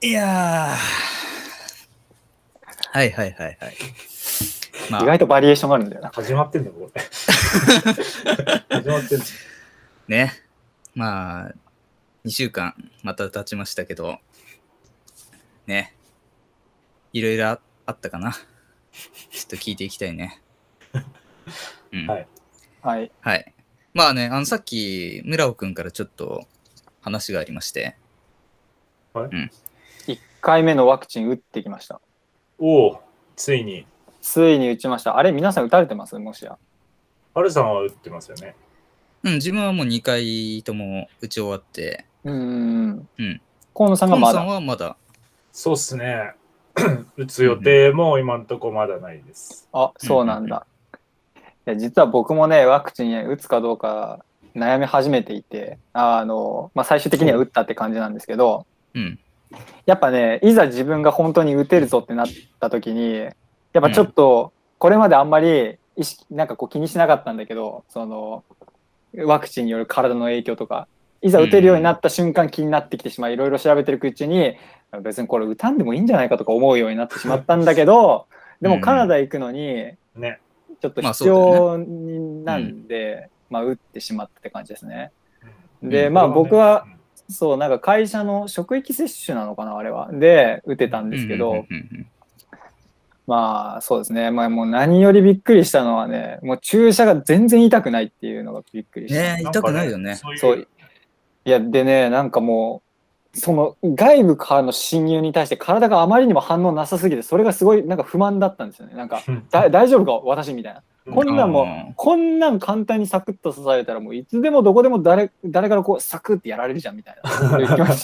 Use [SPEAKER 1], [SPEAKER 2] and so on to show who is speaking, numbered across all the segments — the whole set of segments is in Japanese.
[SPEAKER 1] いやー。はいはいはいはい。ま
[SPEAKER 2] 意
[SPEAKER 1] あ
[SPEAKER 2] 外とバリエーションがあるんだよな。
[SPEAKER 3] 始まってんだよ、これ。始まってんだよ。
[SPEAKER 1] ね。まあ、2週間また経ちましたけど、ね。いろいろあったかな。ちょっと聞いていきたいね。うん。
[SPEAKER 3] はい
[SPEAKER 2] はい。
[SPEAKER 1] はい。まあね、あの、さっき、村尾くんからちょっと話がありまして、
[SPEAKER 2] 1回目のワクチン打ってきました。
[SPEAKER 3] おお、ついに。
[SPEAKER 2] ついに打ちました。あれ、皆さん打たれてますもしや。
[SPEAKER 3] ハルさんは打ってますよね。
[SPEAKER 1] うん、自分はもう2回とも打ち終わって、
[SPEAKER 2] うーん。
[SPEAKER 1] うん。
[SPEAKER 2] 河野さんが
[SPEAKER 1] コン
[SPEAKER 2] ま
[SPEAKER 1] さん
[SPEAKER 2] だ。
[SPEAKER 1] はまだ、
[SPEAKER 3] そうっすね。 打つ予定も今んとこまだないです。
[SPEAKER 2] あ、そうなんだ。いや、実は僕もね、ワクチン打つかどうか悩み始めていて、あの、まあ、最終的には打ったって感じなんですけど、
[SPEAKER 1] うん。
[SPEAKER 2] やっぱね、いざ自分が本当に打てるぞってなった時に、やっぱちょっと、これまであんまり意識、なんかこう気にしなかったんだけど、その、ワクチンによる体の影響とか、いざ打てるようになった瞬間気になってきてしまい、いろいろ調べてるうちに、別にこれ打たんでもいいんじゃないかとか思うようになってしまったんだけど、でもカナダ行くのに、
[SPEAKER 3] ね。
[SPEAKER 2] ちょっと
[SPEAKER 1] まあ
[SPEAKER 2] 必要になんで、まあ、打ってしまったって感じですね。で、
[SPEAKER 1] うん
[SPEAKER 2] まあ僕は
[SPEAKER 3] う、ん、
[SPEAKER 2] そう、なんか会社の職域接種なのかな、あれは。で、打てたんですけど、
[SPEAKER 1] うんうんうん
[SPEAKER 2] まあそうですね、まあもう何よりびっくりしたのはね、もう注射が全然痛くないっていうのがびっくり
[SPEAKER 1] うん
[SPEAKER 2] した。
[SPEAKER 1] ねえ痛くないよね。
[SPEAKER 3] そうい
[SPEAKER 2] そう。いや、でね、なんかもう、その外部からの侵入に対して体があまりにも反応なさすぎて、それがすごいなんか不満だったんですよね。なんか、 だ大丈夫か私みたいな。こんなん
[SPEAKER 1] あ
[SPEAKER 2] も
[SPEAKER 1] ー
[SPEAKER 2] う、こんなん簡単にサクッと刺されたら、もういつでもどこでも誰誰からこうサクッてやられるじゃんみたいな。そういう気持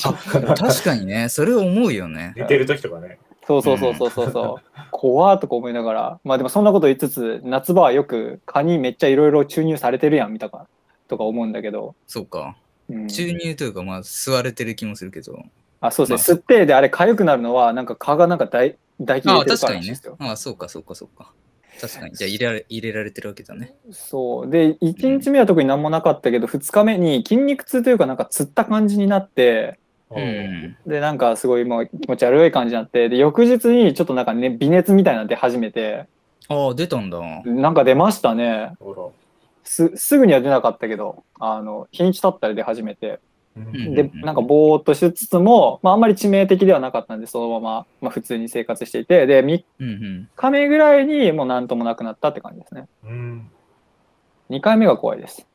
[SPEAKER 2] ち
[SPEAKER 1] 確かにね、それ思うよね。
[SPEAKER 3] 寝てる時とかね。
[SPEAKER 2] そうそうそうそうそうそう。怖ーとか思いながら、まあでもそんなこと言いつつ、夏場はよく蚊にめっちゃいろいろ注入されてるやんみたいなとか思うんだけど。
[SPEAKER 1] そうか。
[SPEAKER 2] うん
[SPEAKER 1] 注入というか、まあ、吸われてる気もするけど。
[SPEAKER 2] あそうです
[SPEAKER 1] ま
[SPEAKER 2] ね、吸ってであれ痒くなるのはなんか蚊がなんか唾唾液入
[SPEAKER 1] あ
[SPEAKER 2] れ
[SPEAKER 1] あ、
[SPEAKER 2] てる
[SPEAKER 1] 確
[SPEAKER 2] か
[SPEAKER 1] から
[SPEAKER 2] ら
[SPEAKER 1] に
[SPEAKER 2] しいで
[SPEAKER 1] ね
[SPEAKER 2] すよ。。
[SPEAKER 1] ああ、そうか、そうか、そうか。確かに。じゃあ入れられ、入れられてるわけだね。
[SPEAKER 2] そうで1日目は特に何もなかったけど2日目に筋肉痛というかなんかつった感じになって
[SPEAKER 1] うん。
[SPEAKER 2] でなんかすごいもう気持ち悪い感じになってで翌日にちょっとなんかね微熱みたいなの出始めて
[SPEAKER 1] ああ、出たんだ。
[SPEAKER 2] なんか出ましたね
[SPEAKER 3] ほ
[SPEAKER 2] すすぐには出なかったけどあの日にち経ったら出始めて
[SPEAKER 3] ら。
[SPEAKER 1] ん
[SPEAKER 2] でなんかぼーっとしつつも、まあ、あんまり致命的ではなかったんでそのまま、まあ、普通に生活していてで3
[SPEAKER 1] うんうん。
[SPEAKER 2] 日目ぐらいにもう何ともなくなったって感じですね
[SPEAKER 3] うん。
[SPEAKER 2] 2回目が怖いです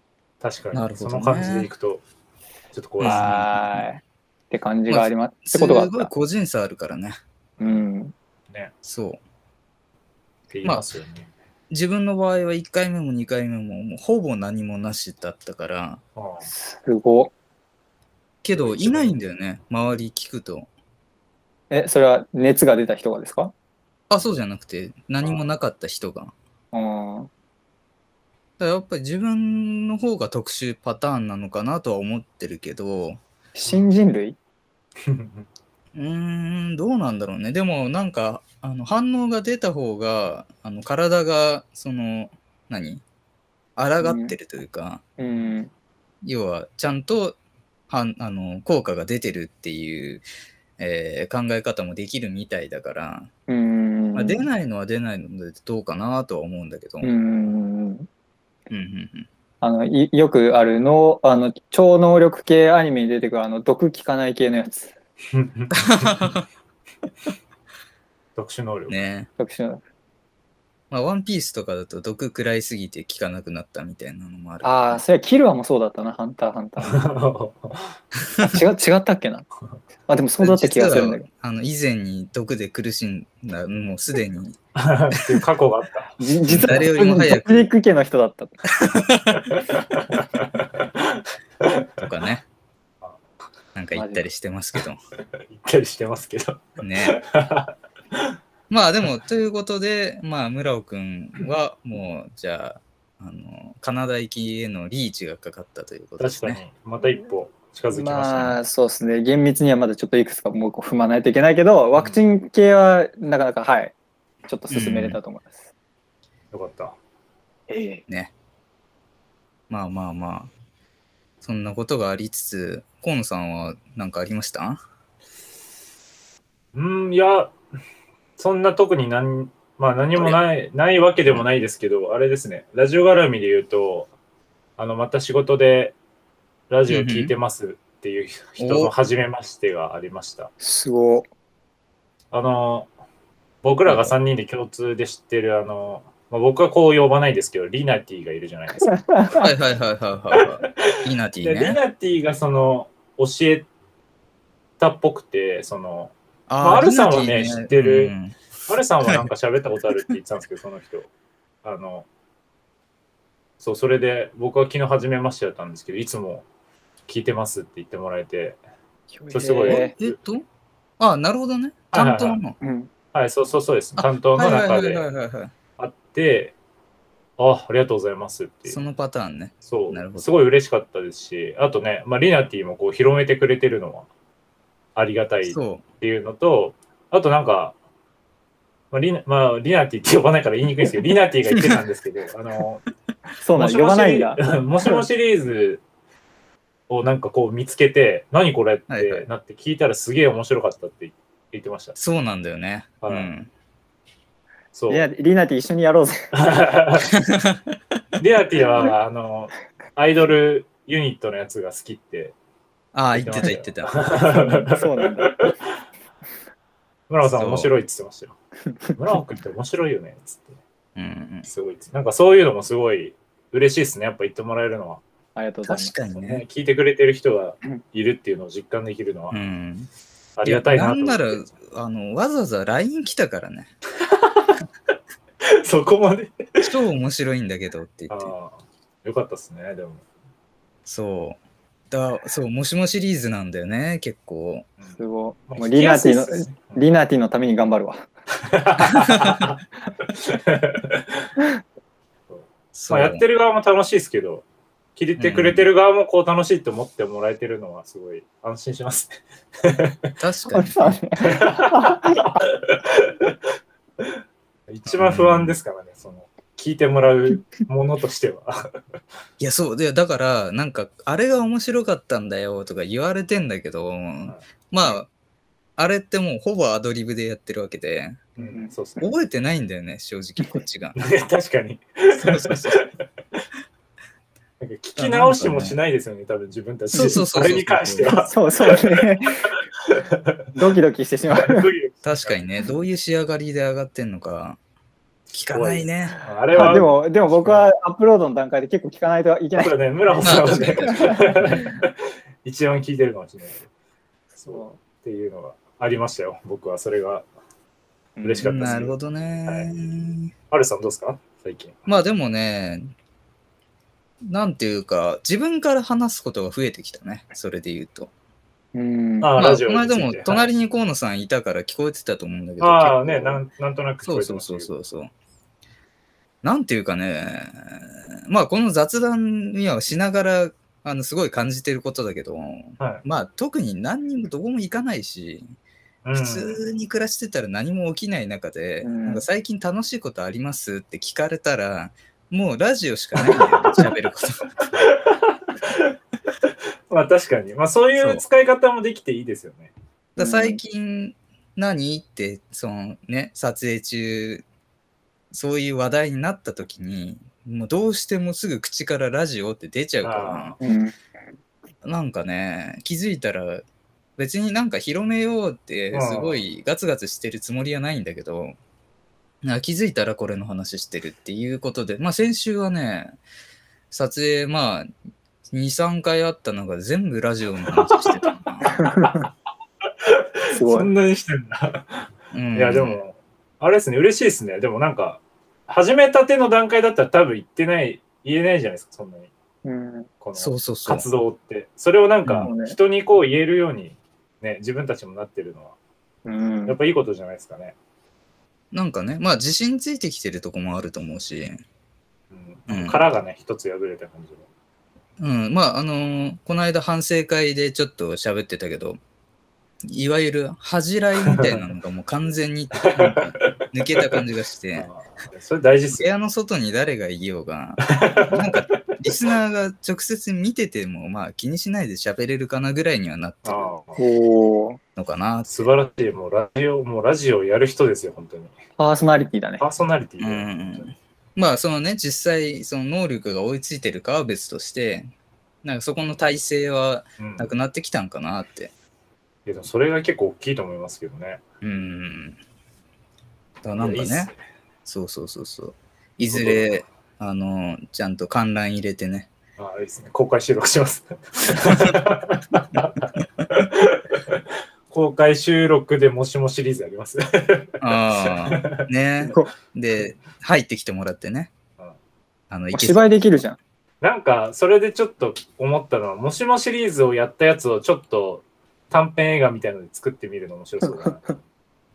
[SPEAKER 3] 確かに。
[SPEAKER 1] なるほどね
[SPEAKER 3] その感じでいくと、ちょっと怖いですね。
[SPEAKER 2] はーいって感じがあります、って
[SPEAKER 1] す
[SPEAKER 2] ことがあっ
[SPEAKER 1] ごい
[SPEAKER 2] た
[SPEAKER 1] 個人差あるからね。
[SPEAKER 2] うん
[SPEAKER 3] ね。
[SPEAKER 1] そう。
[SPEAKER 3] って言いますよね。
[SPEAKER 1] 自分の場合は1回目も2回目ももうほぼ何もなしだったから、
[SPEAKER 3] ああ
[SPEAKER 2] すごっ
[SPEAKER 1] けどいないんだよね、周り聞くと。
[SPEAKER 2] えそれは熱が出た人がですか
[SPEAKER 1] あ、そうじゃなくて、何もなかった人が。
[SPEAKER 2] うん
[SPEAKER 1] だからやっぱり自分の方が特殊パターンなのかなとは思ってるけど、う
[SPEAKER 2] 新人類
[SPEAKER 1] ーん、どうなんだろうね。でもなんか、あの反応が出た方が、あの体が、その、何抗ってるというか、
[SPEAKER 2] うん
[SPEAKER 1] 要はちゃんとはんあの効果が出てるっていう、えー考え方もできるみたいだから、
[SPEAKER 2] うん、
[SPEAKER 1] まあ、出ないのは出ないのでどうかなとは思うんだけど、
[SPEAKER 2] うんうん
[SPEAKER 1] うんうんうん
[SPEAKER 2] あのいよくあるのあの超能力系アニメに出てくるあの毒効かない系のやつ
[SPEAKER 3] 特殊能力。
[SPEAKER 1] ね
[SPEAKER 2] 特殊な
[SPEAKER 1] まあ、ワンピースとかだと毒食らいすぎて効かなくなったみたいなのもある。
[SPEAKER 2] ああそれはキルアもそうだったなハンターハンタ ーあ違違ったっけな あでもそうだった気がするんだけど
[SPEAKER 1] 実はあの以前に毒で苦しんだ、もうすでに。
[SPEAKER 3] っていう過去があった。
[SPEAKER 2] じ実は
[SPEAKER 1] 誰よりも早く
[SPEAKER 2] パトリック家の人だった
[SPEAKER 1] とか ね。なんか言ったりしてますけど。
[SPEAKER 3] 言ったりしてますけど。
[SPEAKER 1] ね。まあでも、ということで、まあ、村尾くんは、もう、じゃあ、あの、カナダ行きへのリーチがかかったということで
[SPEAKER 3] 確
[SPEAKER 1] す
[SPEAKER 3] か
[SPEAKER 1] ね。
[SPEAKER 3] に、また一歩近づきました
[SPEAKER 2] ま
[SPEAKER 3] ね。
[SPEAKER 2] あそうですね厳密にはまだちょっといくつかもうこう踏まないといけないけどワクチン系はなかなかはいちょっと進めれたと思います、
[SPEAKER 3] よかった。
[SPEAKER 2] ええ
[SPEAKER 1] ね。まあまあまあ、 そんなことがありつつ、河野さんは何かありました
[SPEAKER 3] うん、いや、そんな特になん、まあ何もない、ないわけでもないですけど、あれですね、ラジオ絡みで言うと、あの、また仕事でラジオ聞いてますっていう人
[SPEAKER 1] うんうんお
[SPEAKER 3] の初めましてがありました。
[SPEAKER 2] すご
[SPEAKER 3] あの、僕らが3人で共通で知ってる、あの、まあ、僕はこう呼ばないですけど、リナティがいるじゃないですか。
[SPEAKER 1] はいはいはいはいはい。イナティ
[SPEAKER 3] でリ
[SPEAKER 1] ね。
[SPEAKER 3] ナティがその、教えたっぽくて、その、ま
[SPEAKER 1] ー
[SPEAKER 3] あアルさんはね
[SPEAKER 1] リナティ
[SPEAKER 3] 知ってる
[SPEAKER 1] うん
[SPEAKER 3] アレさんはなんか喋ったことあるって言ってた んですけど、その人。あの、そう、それで僕は昨日初めましてだったんですけど、いつも聞いてますって言ってもらえて、
[SPEAKER 2] い。
[SPEAKER 3] そうすごい
[SPEAKER 2] へ
[SPEAKER 1] えっとああ、なるほどね。担当の。
[SPEAKER 2] ーうん、
[SPEAKER 3] はい、そうそうそうです。
[SPEAKER 1] あ
[SPEAKER 3] 担当の
[SPEAKER 1] はいはいは
[SPEAKER 3] 中
[SPEAKER 1] い
[SPEAKER 3] で
[SPEAKER 1] はいはいはい。
[SPEAKER 3] あって、あ、ありがとうございますっていう
[SPEAKER 1] そ。のパターンね。
[SPEAKER 3] そ
[SPEAKER 1] なるほ
[SPEAKER 3] う、
[SPEAKER 1] ど
[SPEAKER 3] すごい嬉しかったですし、あとね、まあ、リナティもこう広めてくれてるのはありがたいっ
[SPEAKER 1] そ
[SPEAKER 3] ていうのと、あとなんか、まあリナまあ、リナティって呼ばないから言いにくいんですけど、リナティが言ってたんです けど、あの、
[SPEAKER 2] そうなんだ、呼ばないんだ。
[SPEAKER 3] もしもシリーズをなんかこう見つけて、何これっ
[SPEAKER 1] はいは
[SPEAKER 3] て
[SPEAKER 1] い
[SPEAKER 3] なって聞いたらすげえ面白かったって言ってました
[SPEAKER 1] う。。そうなんだよね。う
[SPEAKER 3] はい
[SPEAKER 1] ん。
[SPEAKER 3] そう。
[SPEAKER 2] リナリナティ一緒にやろうぜ。
[SPEAKER 3] リナティは、あの、アイドルユニットのやつが好きって。
[SPEAKER 1] ああ、言ってた言ってた。
[SPEAKER 2] そうなんだ。
[SPEAKER 3] 村尾さん
[SPEAKER 1] そう
[SPEAKER 3] 面白いって言ってましたよ。村尾君って面白いよねっつっ
[SPEAKER 1] うんうん
[SPEAKER 3] て。すごいっつって。なんかそういうのもすごい嬉しいですね。やっぱ言ってもらえるのは。
[SPEAKER 2] ありがとうございま
[SPEAKER 1] 確
[SPEAKER 2] す。
[SPEAKER 1] かに
[SPEAKER 3] ね
[SPEAKER 1] ね。
[SPEAKER 3] 聞いてくれてる人がいるっていうのを実感できるのは
[SPEAKER 1] うん。
[SPEAKER 3] ありがたいなと
[SPEAKER 1] や
[SPEAKER 3] 思
[SPEAKER 1] ん
[SPEAKER 3] っ
[SPEAKER 1] な
[SPEAKER 3] て
[SPEAKER 1] ら、あの、わざわざ LINE 来たからね。
[SPEAKER 3] そこまで。
[SPEAKER 1] 超面白いんだけどって言
[SPEAKER 3] あ
[SPEAKER 1] って。
[SPEAKER 3] あ、よかったですね、でも。
[SPEAKER 1] そう。だそう、もしもシリーズなんだよね、結構。
[SPEAKER 2] すごい。
[SPEAKER 3] まあ
[SPEAKER 2] もうリナティの
[SPEAKER 3] 聞きやすいっすね
[SPEAKER 2] リナティのために頑張るわ。
[SPEAKER 1] そ
[SPEAKER 3] ま
[SPEAKER 1] う
[SPEAKER 3] あやってる側も楽しいですけど、聞いてくれてる側もこう楽しいって思ってもらえてるのはすごい安心しますね。
[SPEAKER 1] 確か
[SPEAKER 2] そう
[SPEAKER 1] に。
[SPEAKER 2] ね
[SPEAKER 3] 一番不安ですからね、その、聞いてもらうものとしては。
[SPEAKER 1] いや、そう。で、だから、なんか、あれが面白かったんだよとか言われてんだけど、まあ、あれってもうほぼアドリブでやってるわけで、
[SPEAKER 3] うん、そうですね。。
[SPEAKER 1] 覚えてないんだよね、正直、こっちが
[SPEAKER 3] 確かに。
[SPEAKER 1] そうそうそう。
[SPEAKER 3] なんか聞き直しもしないですよね、多分自分たち。
[SPEAKER 1] そうそうそうそう
[SPEAKER 3] あれに関しては。
[SPEAKER 2] そうそうね。 ドキドキしてしまう。
[SPEAKER 1] 確かにね、どういう仕上がりで上がってんのか、聞かないね。
[SPEAKER 3] あれ
[SPEAKER 2] あ
[SPEAKER 3] は、
[SPEAKER 2] でも、でも僕はアップロードの段階で結構聞かないといけない
[SPEAKER 3] そ。うだね、村尾さんはね
[SPEAKER 1] まあ、
[SPEAKER 3] 一番聞いてるかもしれない。そう。
[SPEAKER 2] そ
[SPEAKER 3] っていうのがありましたよ、僕は。それが。
[SPEAKER 2] う
[SPEAKER 3] 嬉し かったです
[SPEAKER 1] なるほどね。
[SPEAKER 3] はハルさんどうですか最近。
[SPEAKER 1] まあでもね、なんていうか、自分から話すことが増えてきたね、それで言うと。
[SPEAKER 2] うん。
[SPEAKER 3] ああ、
[SPEAKER 1] まあ、
[SPEAKER 3] ラジ
[SPEAKER 1] こ
[SPEAKER 3] オ
[SPEAKER 1] の
[SPEAKER 3] につ
[SPEAKER 1] 間
[SPEAKER 3] いて
[SPEAKER 1] も
[SPEAKER 3] はい
[SPEAKER 1] 隣に河野さんいたから聞こえてたと思うんだけど。
[SPEAKER 3] ああね、
[SPEAKER 1] 結構
[SPEAKER 3] なんなんとなく聞
[SPEAKER 1] そ
[SPEAKER 3] こ
[SPEAKER 1] う
[SPEAKER 3] えて
[SPEAKER 1] そう
[SPEAKER 3] ました
[SPEAKER 1] そう
[SPEAKER 3] けど
[SPEAKER 1] そうそう。なんていうかね、まあこの雑談にはしながら、あのすごい感じてることだけど、
[SPEAKER 3] はい
[SPEAKER 1] まあ特に何にもどこも行かないし、
[SPEAKER 3] うん
[SPEAKER 1] 普通に暮らしてたら何も起きない中で、
[SPEAKER 2] うん
[SPEAKER 1] なんか最近楽しいことありますって聞かれたら、もうラジオしかないんだよ、喋ること。
[SPEAKER 3] まあ確かに。まあそういう使い方もできていいですよね。
[SPEAKER 1] だ最近何ってそのね撮影中そういう話題になった時にもうどうしてもすぐ口からラジオって出ちゃうか
[SPEAKER 2] うん
[SPEAKER 1] らなんかね気づいたら別になんか広めようって
[SPEAKER 3] あー
[SPEAKER 1] すごいガツガツしてるつもりはないんだけどな気づいたらこれの話してるっていうことでまあ先週はね撮影まあ23回あったのが全部ラジオの話してたな、
[SPEAKER 2] すご
[SPEAKER 3] そ
[SPEAKER 2] い。
[SPEAKER 3] んなにしてんだ。
[SPEAKER 1] うん
[SPEAKER 3] いやでも、あれですね、嬉しいですね。でもなんか、始めたての段階だったら多分言ってない、言えないじゃないですか、そんなに。
[SPEAKER 2] うん。
[SPEAKER 3] この
[SPEAKER 1] そうそうそう
[SPEAKER 3] 活動って。それをなんか
[SPEAKER 2] うん、
[SPEAKER 3] 人にこう言えるように、ね、自分たちもなってるのは、
[SPEAKER 2] うん
[SPEAKER 3] やっぱいいことじゃないですかね。
[SPEAKER 1] なんかね、まあ自信ついてきてるとこもあると思うし、
[SPEAKER 3] うん
[SPEAKER 1] うん
[SPEAKER 3] 殻がね、一つ破れた感じで。
[SPEAKER 1] うん、まああのーこの間反省会でちょっと喋ってたけど、いわゆる恥じらいみたいなのがもう完全になんか抜けた感じが して、
[SPEAKER 3] ああそれ大事っす
[SPEAKER 1] 部
[SPEAKER 3] よ。
[SPEAKER 1] 屋の外に誰がいようが、なんかリスナーが直接見ててもまあ気にしないで喋れるかなぐらいにはなってる。
[SPEAKER 3] ああ
[SPEAKER 2] おお。
[SPEAKER 1] のかな。
[SPEAKER 3] 素晴らしい。もうラジオ、もうラジオやる人ですよ、本当に。
[SPEAKER 2] パーソナリティだね
[SPEAKER 3] パ。ーソナリティ
[SPEAKER 1] う
[SPEAKER 3] で。
[SPEAKER 1] んうんうんまあそのね実際その能力が追いついてるかは別としてなんかそこの体制は
[SPEAKER 3] うん
[SPEAKER 1] なくなってきたんかなって
[SPEAKER 3] けどそれが結構大きいと思いますけどね。
[SPEAKER 1] うんだからなんか
[SPEAKER 3] いやいいっす
[SPEAKER 1] ねそうそうそうそういずれあのちゃんと観覧入れてね
[SPEAKER 3] ああ、いいですね。公開収録 します。公開収録でもしもシリーズやります。
[SPEAKER 1] あ あね
[SPEAKER 2] こ
[SPEAKER 1] で入ってきてもらってね
[SPEAKER 3] うん
[SPEAKER 1] あの
[SPEAKER 2] う
[SPEAKER 1] いけ
[SPEAKER 2] 芝居できるじゃん。
[SPEAKER 3] なんか、それでちょっと思ったのは、もしもシリーズをやったやつをちょっと短編映画みたいので作ってみるの面白そうだ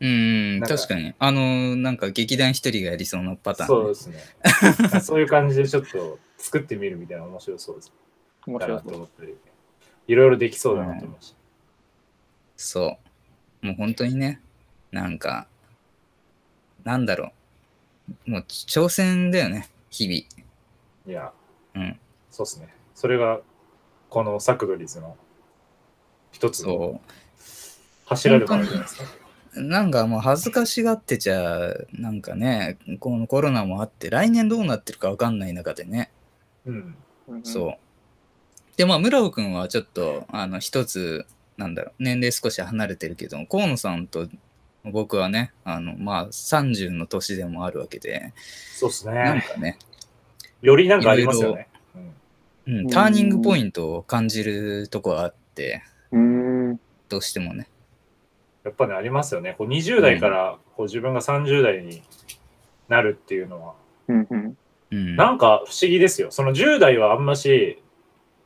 [SPEAKER 1] うん
[SPEAKER 3] なんか
[SPEAKER 1] 確かにあのなんか劇団一人がやりそうなパタ
[SPEAKER 3] な。
[SPEAKER 1] ーンね、
[SPEAKER 3] そうですね。そういう感じでちょっと作ってみるみたいなの面白そうです。
[SPEAKER 2] 面
[SPEAKER 3] だ
[SPEAKER 2] 白
[SPEAKER 3] な
[SPEAKER 2] そ
[SPEAKER 3] と
[SPEAKER 2] う。
[SPEAKER 3] 思ったり。いろいろできそうだなと思いました。
[SPEAKER 1] そう。もう本当にね、なんか、なんだろう。もう挑戦だよね、日
[SPEAKER 3] いや、
[SPEAKER 1] 々。うん。
[SPEAKER 3] そうですね。それが、このサクドリズの一つの
[SPEAKER 1] そ
[SPEAKER 3] 柱でもあるじゃないですか。
[SPEAKER 1] う。なんかもう恥ずかしがってちゃ、なんかね、このコロナもあって、来年どうなってるかわかんない中でね。
[SPEAKER 3] うん。
[SPEAKER 2] うん
[SPEAKER 1] そう。で、まあ、村尾くんはちょっと、あの、一つ、なんだろう、年齢少し離れてるけど、河野さんと僕はね、あの、まあ、30の年でもあるわけで、
[SPEAKER 3] そうです
[SPEAKER 1] なん
[SPEAKER 3] ね。
[SPEAKER 1] かね、
[SPEAKER 3] よりなんかありますよね。うん
[SPEAKER 1] うん、ターニングポイントを感じるとこはあって、
[SPEAKER 2] うーん。
[SPEAKER 1] どうしてもね。
[SPEAKER 3] やっぱね、ありますよね。こう20代からこう自分が30代になるっていうのは、
[SPEAKER 2] うんうん。
[SPEAKER 1] うん、
[SPEAKER 3] なんか不思議ですよ。その10代はあんまし、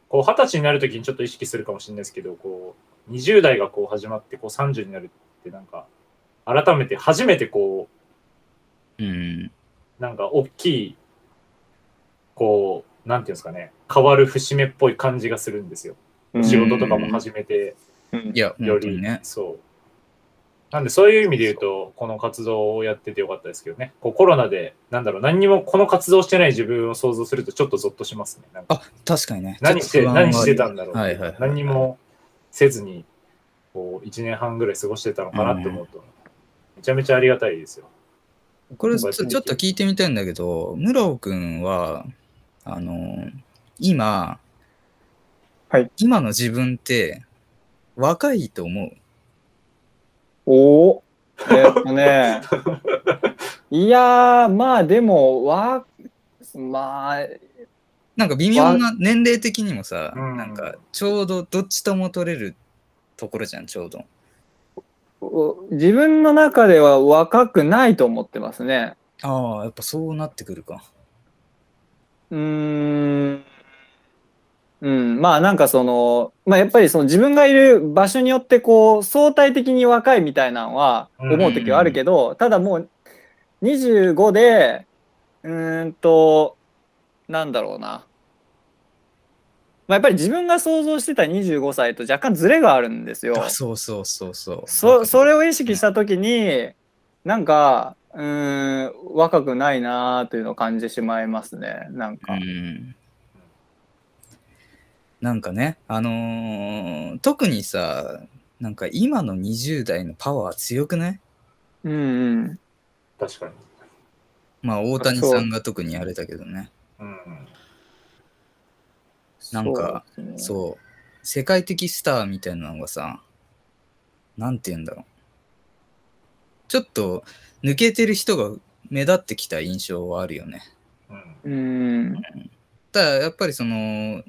[SPEAKER 3] こう20歳になるときにちょっと意識するかもしれないですけど、こう20代がこう始まってこう30になるってなんか、改めて初めてこ
[SPEAKER 1] うん、
[SPEAKER 3] う、なんか大きい、こう、なんていうんですかね、変わる節目っぽい感じがするんですよ。
[SPEAKER 2] うん
[SPEAKER 3] 仕事とかも始めて、
[SPEAKER 2] うん
[SPEAKER 1] いや、
[SPEAKER 3] よ
[SPEAKER 1] 本当
[SPEAKER 3] り
[SPEAKER 1] にね。
[SPEAKER 3] そう。なんでそういう意味で言うと、この活動をやっててよかったですけどね。こうコロナで、なんだろう、何にもこの活動してない自分を想像するとちょっとゾッとしますね。なんか
[SPEAKER 1] あ、確かにね。
[SPEAKER 3] 何して、
[SPEAKER 1] ちょっと不安はある
[SPEAKER 3] 何してたんだろう。
[SPEAKER 1] はいはいはい
[SPEAKER 3] 何にもせずに、こう、1年半ぐらい過ごしてたのかなって思うと、めちゃめちゃありがたいですよ。
[SPEAKER 1] これちょ、ちょっと聞いてみたいんだけど、村尾くんは、あの、今、
[SPEAKER 2] はい
[SPEAKER 1] 今の自分って、若いと思う。
[SPEAKER 2] おお。えっとね。いやー、まあでも、わ、まあ、
[SPEAKER 1] なんか微妙な、年齢的にもさ、
[SPEAKER 3] うん
[SPEAKER 1] なんか、ちょうどどっちとも取れるところじゃん、ちょうど。
[SPEAKER 2] お自分の中では若くないと思ってますね。
[SPEAKER 1] ああ、やっぱそうなってくるか。
[SPEAKER 2] うーん。うん、まあなんかその、まあやっぱりその自分がいる場所によってこう相対的に若いみたいなのは思う時はあるけど、ただもう25で、うーんと、なんだろうな。まあやっぱり自分が想像してた25歳と若干ズレがあるんですよ。
[SPEAKER 1] あそうそうそうそう。
[SPEAKER 2] そそれを意識した時になんかうーん若くないなーというのを感じてしまいますねなんか、
[SPEAKER 1] うんなんかね、あのー特にさ、なんか今の20代のパワー強くない
[SPEAKER 2] うん、うん
[SPEAKER 3] 確かに。
[SPEAKER 1] まあ大谷さんが特にあれだけどね。
[SPEAKER 3] うん。
[SPEAKER 1] なんか
[SPEAKER 2] そうですね
[SPEAKER 1] そう。世界的スターみたいなのがさ、なんて言うんだろう。ちょっと抜けてる人が目立ってきた印象はあるよね。
[SPEAKER 3] う
[SPEAKER 2] う
[SPEAKER 3] ん。
[SPEAKER 2] ん
[SPEAKER 1] ただやっぱりその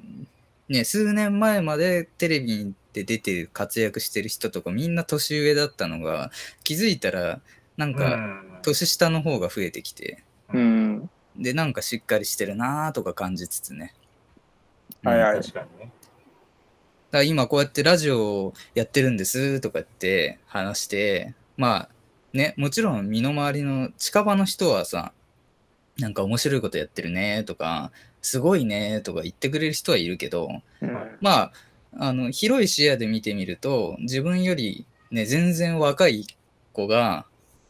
[SPEAKER 1] ね数年前までテレビで出てる活躍してる人とかみんな年上だったのが気づいたらなん
[SPEAKER 3] う
[SPEAKER 1] か
[SPEAKER 3] ん
[SPEAKER 1] 年下の方が増えてきて、
[SPEAKER 2] うん
[SPEAKER 1] でなんかしっかりしてるなーとか感じつつね。
[SPEAKER 2] はいはい
[SPEAKER 1] うんだ
[SPEAKER 3] 確かにね。
[SPEAKER 1] から今こうやってラジオをやってるんですとかって話してまあねもちろん身の回りの近場の人はさなんか面白いことやってるねとかすごいねとか言ってくれる人はいるけど
[SPEAKER 2] うん
[SPEAKER 1] まあ、あの広い視野で見てみると自分より、ね、全然若い子が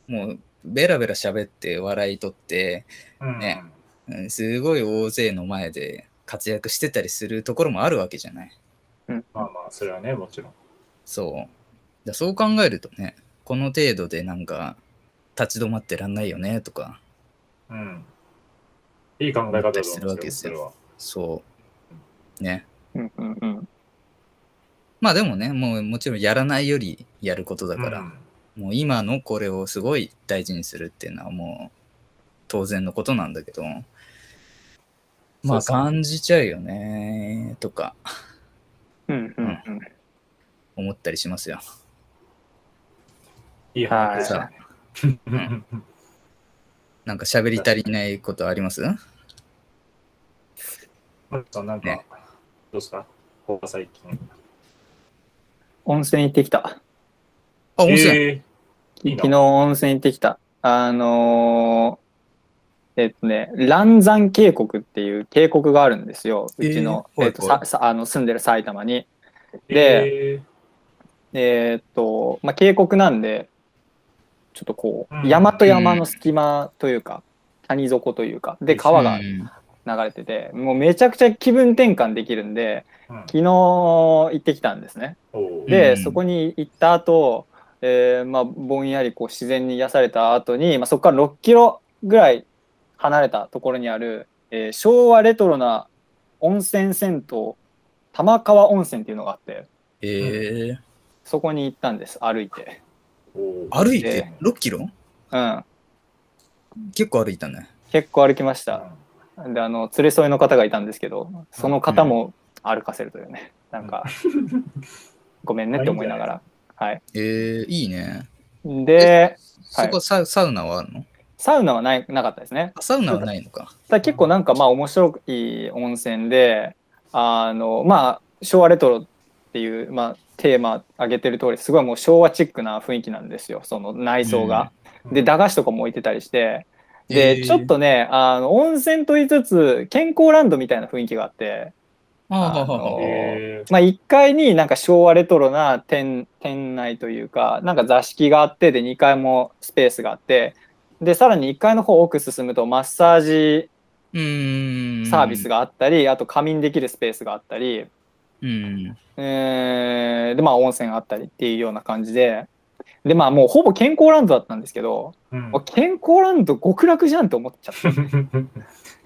[SPEAKER 1] もうベラベラ喋って笑いとって、
[SPEAKER 3] うん
[SPEAKER 1] ねうんすごい大勢の前で活躍してたりするところもあるわけじゃない。
[SPEAKER 3] まあまあ、それはね、もちろん。
[SPEAKER 1] そう。だそう考えるとね、この程度でなんか、立ち止まってらんないよねとか、
[SPEAKER 3] うん。いい考え方だと
[SPEAKER 1] する
[SPEAKER 3] 思
[SPEAKER 1] わ
[SPEAKER 3] うん
[SPEAKER 1] け
[SPEAKER 3] で
[SPEAKER 1] ですす
[SPEAKER 3] よ、
[SPEAKER 1] よそう。ね。
[SPEAKER 2] うんうんうん。
[SPEAKER 1] まあでもね、もうもちろんやらないよりやることだ
[SPEAKER 3] それ
[SPEAKER 1] か
[SPEAKER 3] は。
[SPEAKER 1] ら、
[SPEAKER 3] うん
[SPEAKER 1] もう今のこれをすごい大事にするっていうのはもう当然のことなんだけど、まあ
[SPEAKER 3] そうそう
[SPEAKER 1] 感じちゃうよねとか
[SPEAKER 2] うんうんうん。
[SPEAKER 1] 思ったりしますよ。
[SPEAKER 3] いい話
[SPEAKER 2] は
[SPEAKER 3] で
[SPEAKER 2] い
[SPEAKER 3] した。
[SPEAKER 1] さあ、なんか喋り足りないことあります
[SPEAKER 3] さんなんか、ど
[SPEAKER 1] ね
[SPEAKER 3] うですかここ最近。
[SPEAKER 2] 温泉行ってきた。
[SPEAKER 1] あ、面白い。
[SPEAKER 3] えいいな
[SPEAKER 2] 昨日温泉行ってきた。あのーえっとね、蘭山渓谷っていう渓谷があるんですよ。うちの、
[SPEAKER 1] えー
[SPEAKER 2] えっと、
[SPEAKER 1] はいは
[SPEAKER 2] ささあの住んでる埼玉に。
[SPEAKER 3] ー
[SPEAKER 2] で
[SPEAKER 3] え
[SPEAKER 2] えーっと、まあ、渓谷なんで、ちょっとこ
[SPEAKER 3] うん
[SPEAKER 2] う、山と山の隙間というか、谷底というか、で、川が
[SPEAKER 1] うん
[SPEAKER 2] 流れてて、もうめちゃくちゃ気分転換できるんで、
[SPEAKER 3] ーうん
[SPEAKER 2] 昨日行ってきたんですね。
[SPEAKER 3] おう
[SPEAKER 2] で、
[SPEAKER 1] うん
[SPEAKER 2] そこに行った後、えーまあぼんやりこう自然に癒された後に、まあ、そこから6キロぐらい離れたところにある、えー昭和レトロな温泉銭湯玉川温泉っていうのがあって
[SPEAKER 1] えー、
[SPEAKER 2] そこに行ったんです歩いて、
[SPEAKER 3] おう
[SPEAKER 1] 歩いて
[SPEAKER 2] で
[SPEAKER 1] 6キロ
[SPEAKER 2] うん、
[SPEAKER 1] 結構歩いたね。
[SPEAKER 2] 結構歩きまし
[SPEAKER 3] う
[SPEAKER 2] た
[SPEAKER 3] ん
[SPEAKER 2] であの連れ添いの方がいたんですけどその方も歩かせるというねなんかごめんねって思いながらはい
[SPEAKER 1] えー、いいね。
[SPEAKER 2] で
[SPEAKER 1] そこサ,、サウナはあるの
[SPEAKER 2] サウナはないなかったですね
[SPEAKER 1] あサウナはないのか。
[SPEAKER 2] だから結構なんかまあ面白い温泉であのまあ昭和レトロっていう、まあ、テーマ上げてる通りすごいもう昭和チックな雰囲気なんですよその内装が。
[SPEAKER 3] うん
[SPEAKER 2] で駄菓子とかも置いてたりしてで、
[SPEAKER 1] えー
[SPEAKER 2] ちょっとねあの温泉と言いつつ健康ランドみたいな雰囲気があって、
[SPEAKER 1] ああ、
[SPEAKER 2] あの
[SPEAKER 3] え
[SPEAKER 2] まあ、1階になんか昭和レトロな店店内というかなんか座敷があってで2階もスペースがあってでさらに1階の方奥進むとマッサージ
[SPEAKER 1] うーん。
[SPEAKER 2] サービス。があったり、あと仮眠できるスペースがあったり、
[SPEAKER 1] うん。
[SPEAKER 2] えーでまあ温泉があったりっていうような感じで。でまあもうほぼ健康ランドだったんですけど、
[SPEAKER 3] ーうん
[SPEAKER 2] あ健康ランド極楽じゃんって思っちゃっ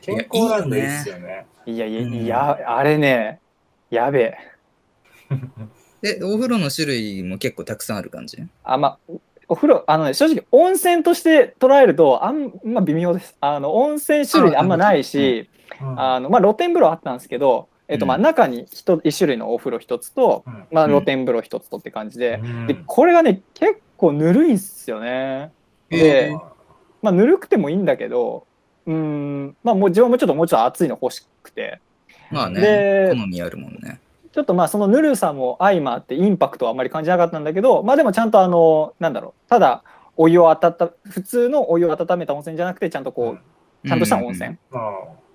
[SPEAKER 3] 健康ランドいいっすよね。
[SPEAKER 2] た。いやいや、
[SPEAKER 1] うん
[SPEAKER 2] いやあれね、やべえ。
[SPEAKER 1] え、お風呂の種類も結構たくさんある感じ
[SPEAKER 2] あまあお風呂あのね正直温泉として捉えるとあんま微妙です。あの温泉種類あんまないし、
[SPEAKER 3] うん
[SPEAKER 2] あのまあ露天風呂あったんですけど、えっとまあ
[SPEAKER 1] うん
[SPEAKER 2] 中に一一種類のお風呂一つと、
[SPEAKER 3] うん
[SPEAKER 2] まあ
[SPEAKER 1] うん
[SPEAKER 2] 露天風呂一つとって感じで、
[SPEAKER 3] うん
[SPEAKER 2] でこれがね結構ぬるいんすよね。
[SPEAKER 1] え
[SPEAKER 2] で、まあ、ぬるくてもいいんだけどうーんまあもう自分もちょっともうちょっと熱いの欲しくて
[SPEAKER 1] まあね、
[SPEAKER 2] で
[SPEAKER 1] 好みあるもんね。
[SPEAKER 2] ちょっとまあそのぬるさも相まってインパクトはあまり感じなかったんだけどまあでもちゃんとあのなんだろうただお湯を温た普通のお湯を温めた温泉じゃなくてちゃんとこうちゃんとした温泉
[SPEAKER 3] あ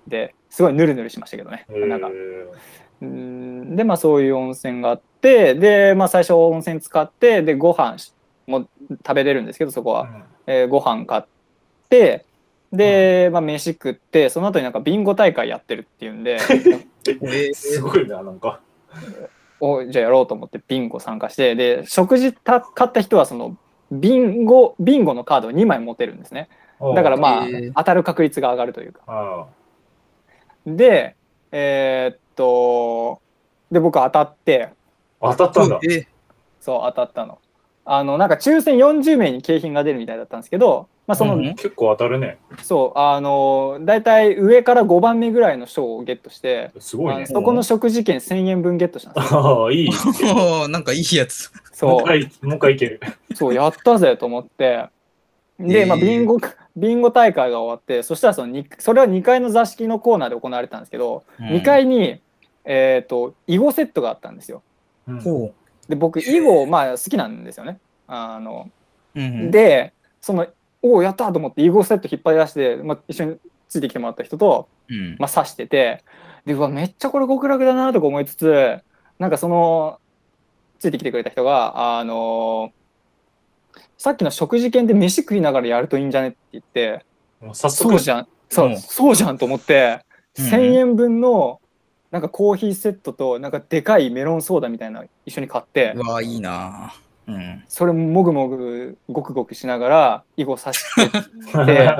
[SPEAKER 2] ですごいぬるぬるしましたけどね、
[SPEAKER 3] ー
[SPEAKER 2] なんか
[SPEAKER 3] えー
[SPEAKER 2] うーんでまあそういう温泉があってでまあ最初温泉使ってでご飯も食べれるんですけどそこはえーご飯買ってで、まあ、飯食ってその後になんかビンゴ大会やってるっていうん で
[SPEAKER 1] うん。え
[SPEAKER 3] うんすごいな、なんか。
[SPEAKER 2] おじゃあやろうと思ってビンゴ参加してで食事た買った人はそのビンゴビンゴのカードを2枚持てるんですね だからまあ、
[SPEAKER 1] へー
[SPEAKER 2] 当たる確率が上がるというか
[SPEAKER 3] あ
[SPEAKER 2] でえーっとで僕当たって
[SPEAKER 3] あ、当たったんだ。
[SPEAKER 1] え
[SPEAKER 2] そう当たったのあのなんか抽選40名に景品が出るみたいだったんですけど、まあ、その、
[SPEAKER 1] うん
[SPEAKER 3] 結構当たるね。
[SPEAKER 2] そうあの大体上から5番目ぐらいの賞をゲットして
[SPEAKER 3] すごい
[SPEAKER 2] あの
[SPEAKER 3] ね。
[SPEAKER 2] そこの食事券1000円分ゲットしたんですよ。
[SPEAKER 3] ああ、いい。
[SPEAKER 1] おーなんかいいやつ。
[SPEAKER 3] もう
[SPEAKER 2] そ
[SPEAKER 3] 一回、もう一回いける。
[SPEAKER 2] う、そう、やったぜと思って。
[SPEAKER 1] え
[SPEAKER 2] で、
[SPEAKER 1] ー
[SPEAKER 2] まあ、ビンゴ、ビンゴ大会が終わって、そしたらそのに、それは2階の座敷のコーナーで行われたんですけど、2階に、えっ、と、囲碁セットがあったんですよ。
[SPEAKER 3] うん
[SPEAKER 1] ほ
[SPEAKER 2] で、僕、囲碁、まあ、好きなんですよね。あの、
[SPEAKER 1] う。うん、
[SPEAKER 2] で、その、おお、やったと思って、囲碁セット引っ張り出して、まあ、一緒についてきてもらった人と、
[SPEAKER 1] うん、
[SPEAKER 2] まあ、刺しててでうわめっちゃこれ極楽だなとか思いつつなんかそのついてきてくれた人が、あのさっきの食事券で飯食いながらやるといいんじゃねって言って
[SPEAKER 3] もう早
[SPEAKER 2] そう
[SPEAKER 3] 速、
[SPEAKER 2] じゃんそう,、
[SPEAKER 1] うん
[SPEAKER 2] そうじゃんと思って、
[SPEAKER 1] うん
[SPEAKER 2] 1,000円分のなんかコーヒーセットとなんかでかいメロンソーダみたいなの一緒に買って
[SPEAKER 1] うわーいいなうん。
[SPEAKER 2] それもぐもぐごくごくしながら囲碁さして で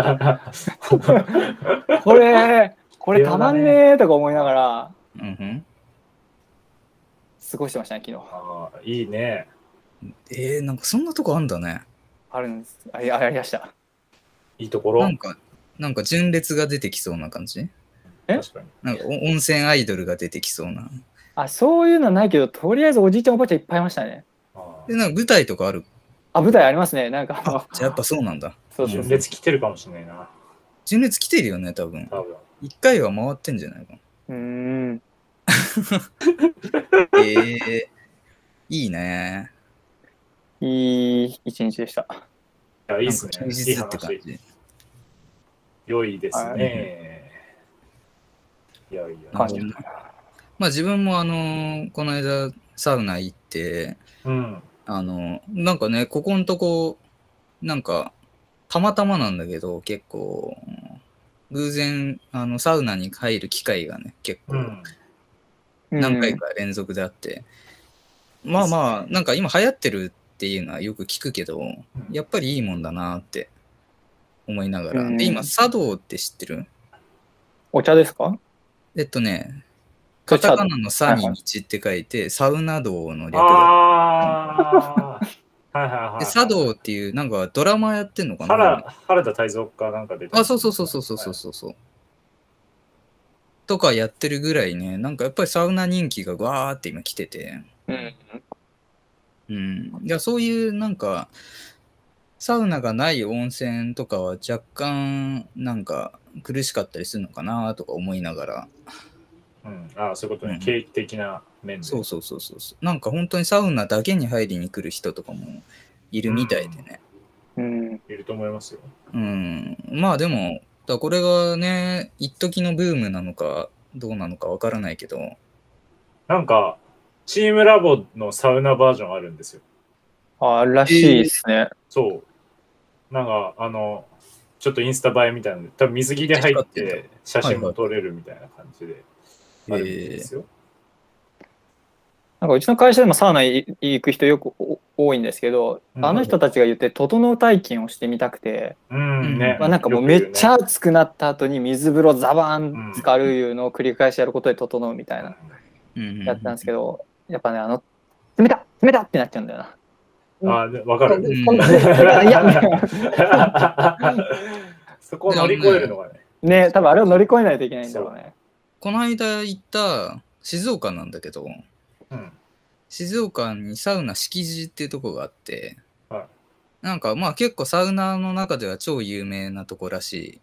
[SPEAKER 2] これこれたまんねーとか思いながら
[SPEAKER 1] うんふん。
[SPEAKER 2] 過ごしてましたね昨日
[SPEAKER 3] あーいいね。
[SPEAKER 1] えー、なんかそんなとこあんだね。
[SPEAKER 2] あるんですありありました
[SPEAKER 3] いいとこ
[SPEAKER 1] な
[SPEAKER 3] ろ
[SPEAKER 1] ん。か、なんか純烈が出てきそうな感じ
[SPEAKER 2] え
[SPEAKER 3] 確かに。
[SPEAKER 1] なんかお温泉アイドルが出てきそうな。
[SPEAKER 2] あそういうのはないけどとりあえずおじいちゃんおばあちゃんいっぱいいましたね
[SPEAKER 3] あ
[SPEAKER 1] で、なんか舞台とかある。
[SPEAKER 2] あ舞台ありますねなんかあの
[SPEAKER 1] じゃあやっぱそうなんだ。
[SPEAKER 2] そう
[SPEAKER 3] ー
[SPEAKER 2] そう
[SPEAKER 3] 純
[SPEAKER 2] そう
[SPEAKER 3] 烈来てるかもしれないな。
[SPEAKER 1] 純烈来てるよね、多分。
[SPEAKER 3] 多分。
[SPEAKER 1] 一回は回ってんじゃないか
[SPEAKER 2] うーん
[SPEAKER 1] な。えー、いいね。
[SPEAKER 2] いい一日でした
[SPEAKER 3] いや、いいっすね
[SPEAKER 1] なん。か充
[SPEAKER 3] いい
[SPEAKER 1] 実って感
[SPEAKER 3] 話。
[SPEAKER 1] じ。
[SPEAKER 3] 良いですね。いやいや
[SPEAKER 2] 感。じ
[SPEAKER 1] まあ自分もあのーこの間サウナ行って、
[SPEAKER 3] うん。
[SPEAKER 1] あのなんかね、ここのとこ、なんか、たまたまなんだけど、結構、偶然、あの、サウナに入る機会がね、結
[SPEAKER 3] う
[SPEAKER 1] 構、
[SPEAKER 3] ん。
[SPEAKER 1] 何
[SPEAKER 2] う
[SPEAKER 1] 回
[SPEAKER 2] ん
[SPEAKER 1] か連続であって、まあまあ、なんか今流行ってるっていうのはよく聞くけど、やっぱりいいもんだなって思いながら、
[SPEAKER 2] うん
[SPEAKER 1] で、今、茶道って知ってる
[SPEAKER 2] お茶ですか
[SPEAKER 1] えっとね、
[SPEAKER 2] そ
[SPEAKER 1] カ
[SPEAKER 2] う茶道
[SPEAKER 1] タカナのサ
[SPEAKER 2] は
[SPEAKER 1] に
[SPEAKER 2] いはい
[SPEAKER 1] 道って書いて、サウナ道の略だ。
[SPEAKER 3] ああー。はいはいは
[SPEAKER 1] で、
[SPEAKER 3] い。
[SPEAKER 1] 茶道っていう、なんかドラマやってんのかな
[SPEAKER 3] 原原田泰造かなんかで。
[SPEAKER 1] あ、そうそうそうそうそうそうそうそう。とかやってるぐらいね、なんかやっぱりサウナ人気がわーって今来てて、
[SPEAKER 2] うん
[SPEAKER 1] うん。いや、そういうなんか、サウナがない温泉とかは若干なんか苦しかったりするのかなとか思いながら、
[SPEAKER 3] はい。うん。ああ、そういうこと
[SPEAKER 1] う
[SPEAKER 3] ね。
[SPEAKER 1] ん
[SPEAKER 3] 景気的な面で。
[SPEAKER 1] そうそうそうそうそう、なんか本当にサウナだけに入りに来る人とかもいるみたいでね。
[SPEAKER 2] うん
[SPEAKER 3] いると思いますよ。
[SPEAKER 1] うん、まあでも、だからこれがね、一時のブームなのかどうなのかわからないけど、
[SPEAKER 3] なんか、チームラボのサウナバージョンあるんですよ。
[SPEAKER 2] あらしいですね、
[SPEAKER 3] そう。なんか、あの、ちょっとインスタ映えみたいなので、多分水着で入っ
[SPEAKER 1] 使って
[SPEAKER 3] て写真も撮れるみたいな感じであるんですよ。
[SPEAKER 2] なんかうちの会社でもサウナい行く人よくお多いんですけど、
[SPEAKER 3] うん
[SPEAKER 2] あの人たちが言って、整う体験をしてみたくて、
[SPEAKER 3] うんね。
[SPEAKER 2] まあ、なんかもう
[SPEAKER 3] よく言
[SPEAKER 2] めっちゃ熱くなった後に水風呂ザバーン浸かるいうのを繰り返しやることで整うみたい
[SPEAKER 3] ね
[SPEAKER 2] な、
[SPEAKER 1] うん
[SPEAKER 2] やったんですけど、やっぱね、あの、冷た冷たってなっちゃうんだよな。
[SPEAKER 3] うんあ、でわかる。
[SPEAKER 1] ん
[SPEAKER 2] こんないや、
[SPEAKER 3] そこを乗り越えるのがね。
[SPEAKER 2] ね、多分あれを乗り越えないといけないんだろうね。
[SPEAKER 1] この間行った静岡なんだけど、
[SPEAKER 3] うん。
[SPEAKER 1] 静岡にサウナ敷地っていうとこがあって、
[SPEAKER 3] はい
[SPEAKER 1] なんかまあ結構サウナーの中では超有名なとこらしい。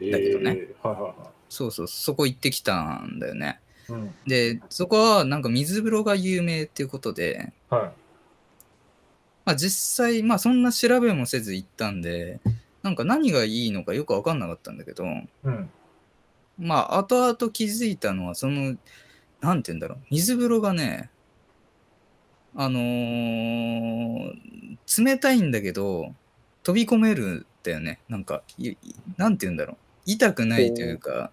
[SPEAKER 3] え
[SPEAKER 1] だけどね
[SPEAKER 3] ーはいはいは
[SPEAKER 1] そうそう、そこ行ってきたんだよね。
[SPEAKER 3] い。うん。
[SPEAKER 1] で、そこはなんか水風呂が有名っていうことで、
[SPEAKER 3] は
[SPEAKER 1] まあ実際、まあそんな調べもせず行ったんで、なんか何がいいのかよくわかんなかったんだけど、
[SPEAKER 3] い。うん。
[SPEAKER 1] まあ後々気づいたのは、その、なんて言うんだろう、水風呂がね、あのー冷たいんだけど、飛び込めるんだよね。なんか、いいなんて言うんだろう。痛くないというか、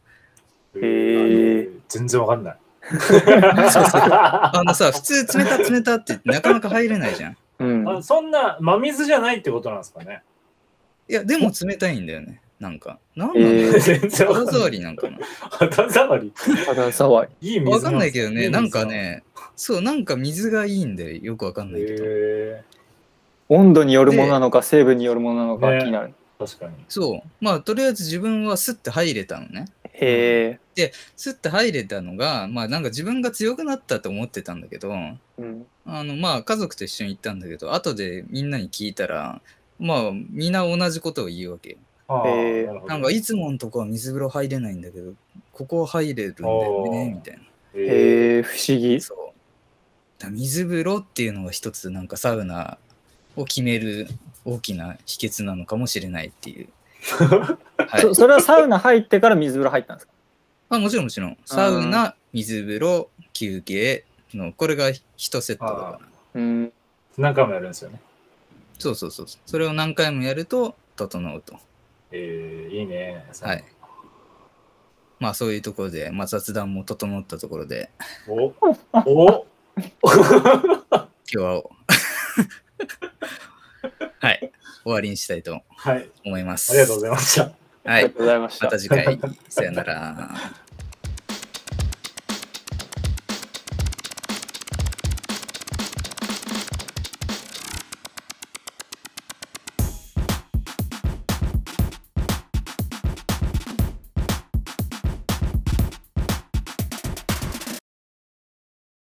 [SPEAKER 3] え
[SPEAKER 2] ー
[SPEAKER 3] 全然わか んない。
[SPEAKER 1] そうそうあのさ、普通冷た冷たってなかなか入れないじゃん。
[SPEAKER 2] うん。
[SPEAKER 3] あそんな真水じゃないってことなんです かね。
[SPEAKER 1] いや、でも冷たいんだよね。なんか、なんなんだろう
[SPEAKER 2] えー、
[SPEAKER 3] 全然わか
[SPEAKER 1] 肌
[SPEAKER 3] んない
[SPEAKER 1] 触りなんかな。
[SPEAKER 3] 肌触り
[SPEAKER 2] 肌触り。
[SPEAKER 3] いい水
[SPEAKER 1] わかんないけど
[SPEAKER 3] い
[SPEAKER 1] ね、
[SPEAKER 3] い水
[SPEAKER 1] なんかね、そう、なんか水がいいんで、よくわかんないけど。
[SPEAKER 3] へ
[SPEAKER 2] 温度によるものなのか、成分によるものなのか
[SPEAKER 3] ね
[SPEAKER 2] 気になる。
[SPEAKER 3] ー確かに。
[SPEAKER 1] そう、まあ、とりあえず自分はスッて入れたのね。
[SPEAKER 2] へ
[SPEAKER 1] スッて入れたのが、まあなんか自分が強くなったと思ってたんだけど、
[SPEAKER 2] え。うん。
[SPEAKER 1] あのまあ家族と一緒に行ったんだけど、後でみんなに聞いたら、まあみんな同じことを言うわけよ。
[SPEAKER 3] あ
[SPEAKER 2] へー
[SPEAKER 3] ーるほど
[SPEAKER 1] なんかいつものとこは水風呂入れないんだけど、ここは入れるんだよね、
[SPEAKER 3] おー
[SPEAKER 1] みたい
[SPEAKER 3] へ
[SPEAKER 2] へえ、不思議
[SPEAKER 1] な。。そう。だから水風呂っていうのが一つなんかサウナを決める大きな秘訣なのかもしれないっていう。はい
[SPEAKER 2] そそれはサウナ入ってから水風呂入ったんですか
[SPEAKER 1] まあもちろんもちろん。サウナ、水風呂、休憩の、これが一セットだから。
[SPEAKER 2] うん。
[SPEAKER 3] ー何回もやるんですよね。
[SPEAKER 1] そうそうそうそう。それを何回もやると、整うと。
[SPEAKER 3] えー、いいね。
[SPEAKER 1] はい。まあそういうところで、まあ雑談も整ったところで、
[SPEAKER 3] おお
[SPEAKER 1] 今日は はい。終わりにしたいと
[SPEAKER 3] はい。
[SPEAKER 1] 思います。
[SPEAKER 3] ありがとうございました。
[SPEAKER 1] は
[SPEAKER 2] ありが
[SPEAKER 1] い。
[SPEAKER 2] とうございました
[SPEAKER 1] ま。た次回、さよなら。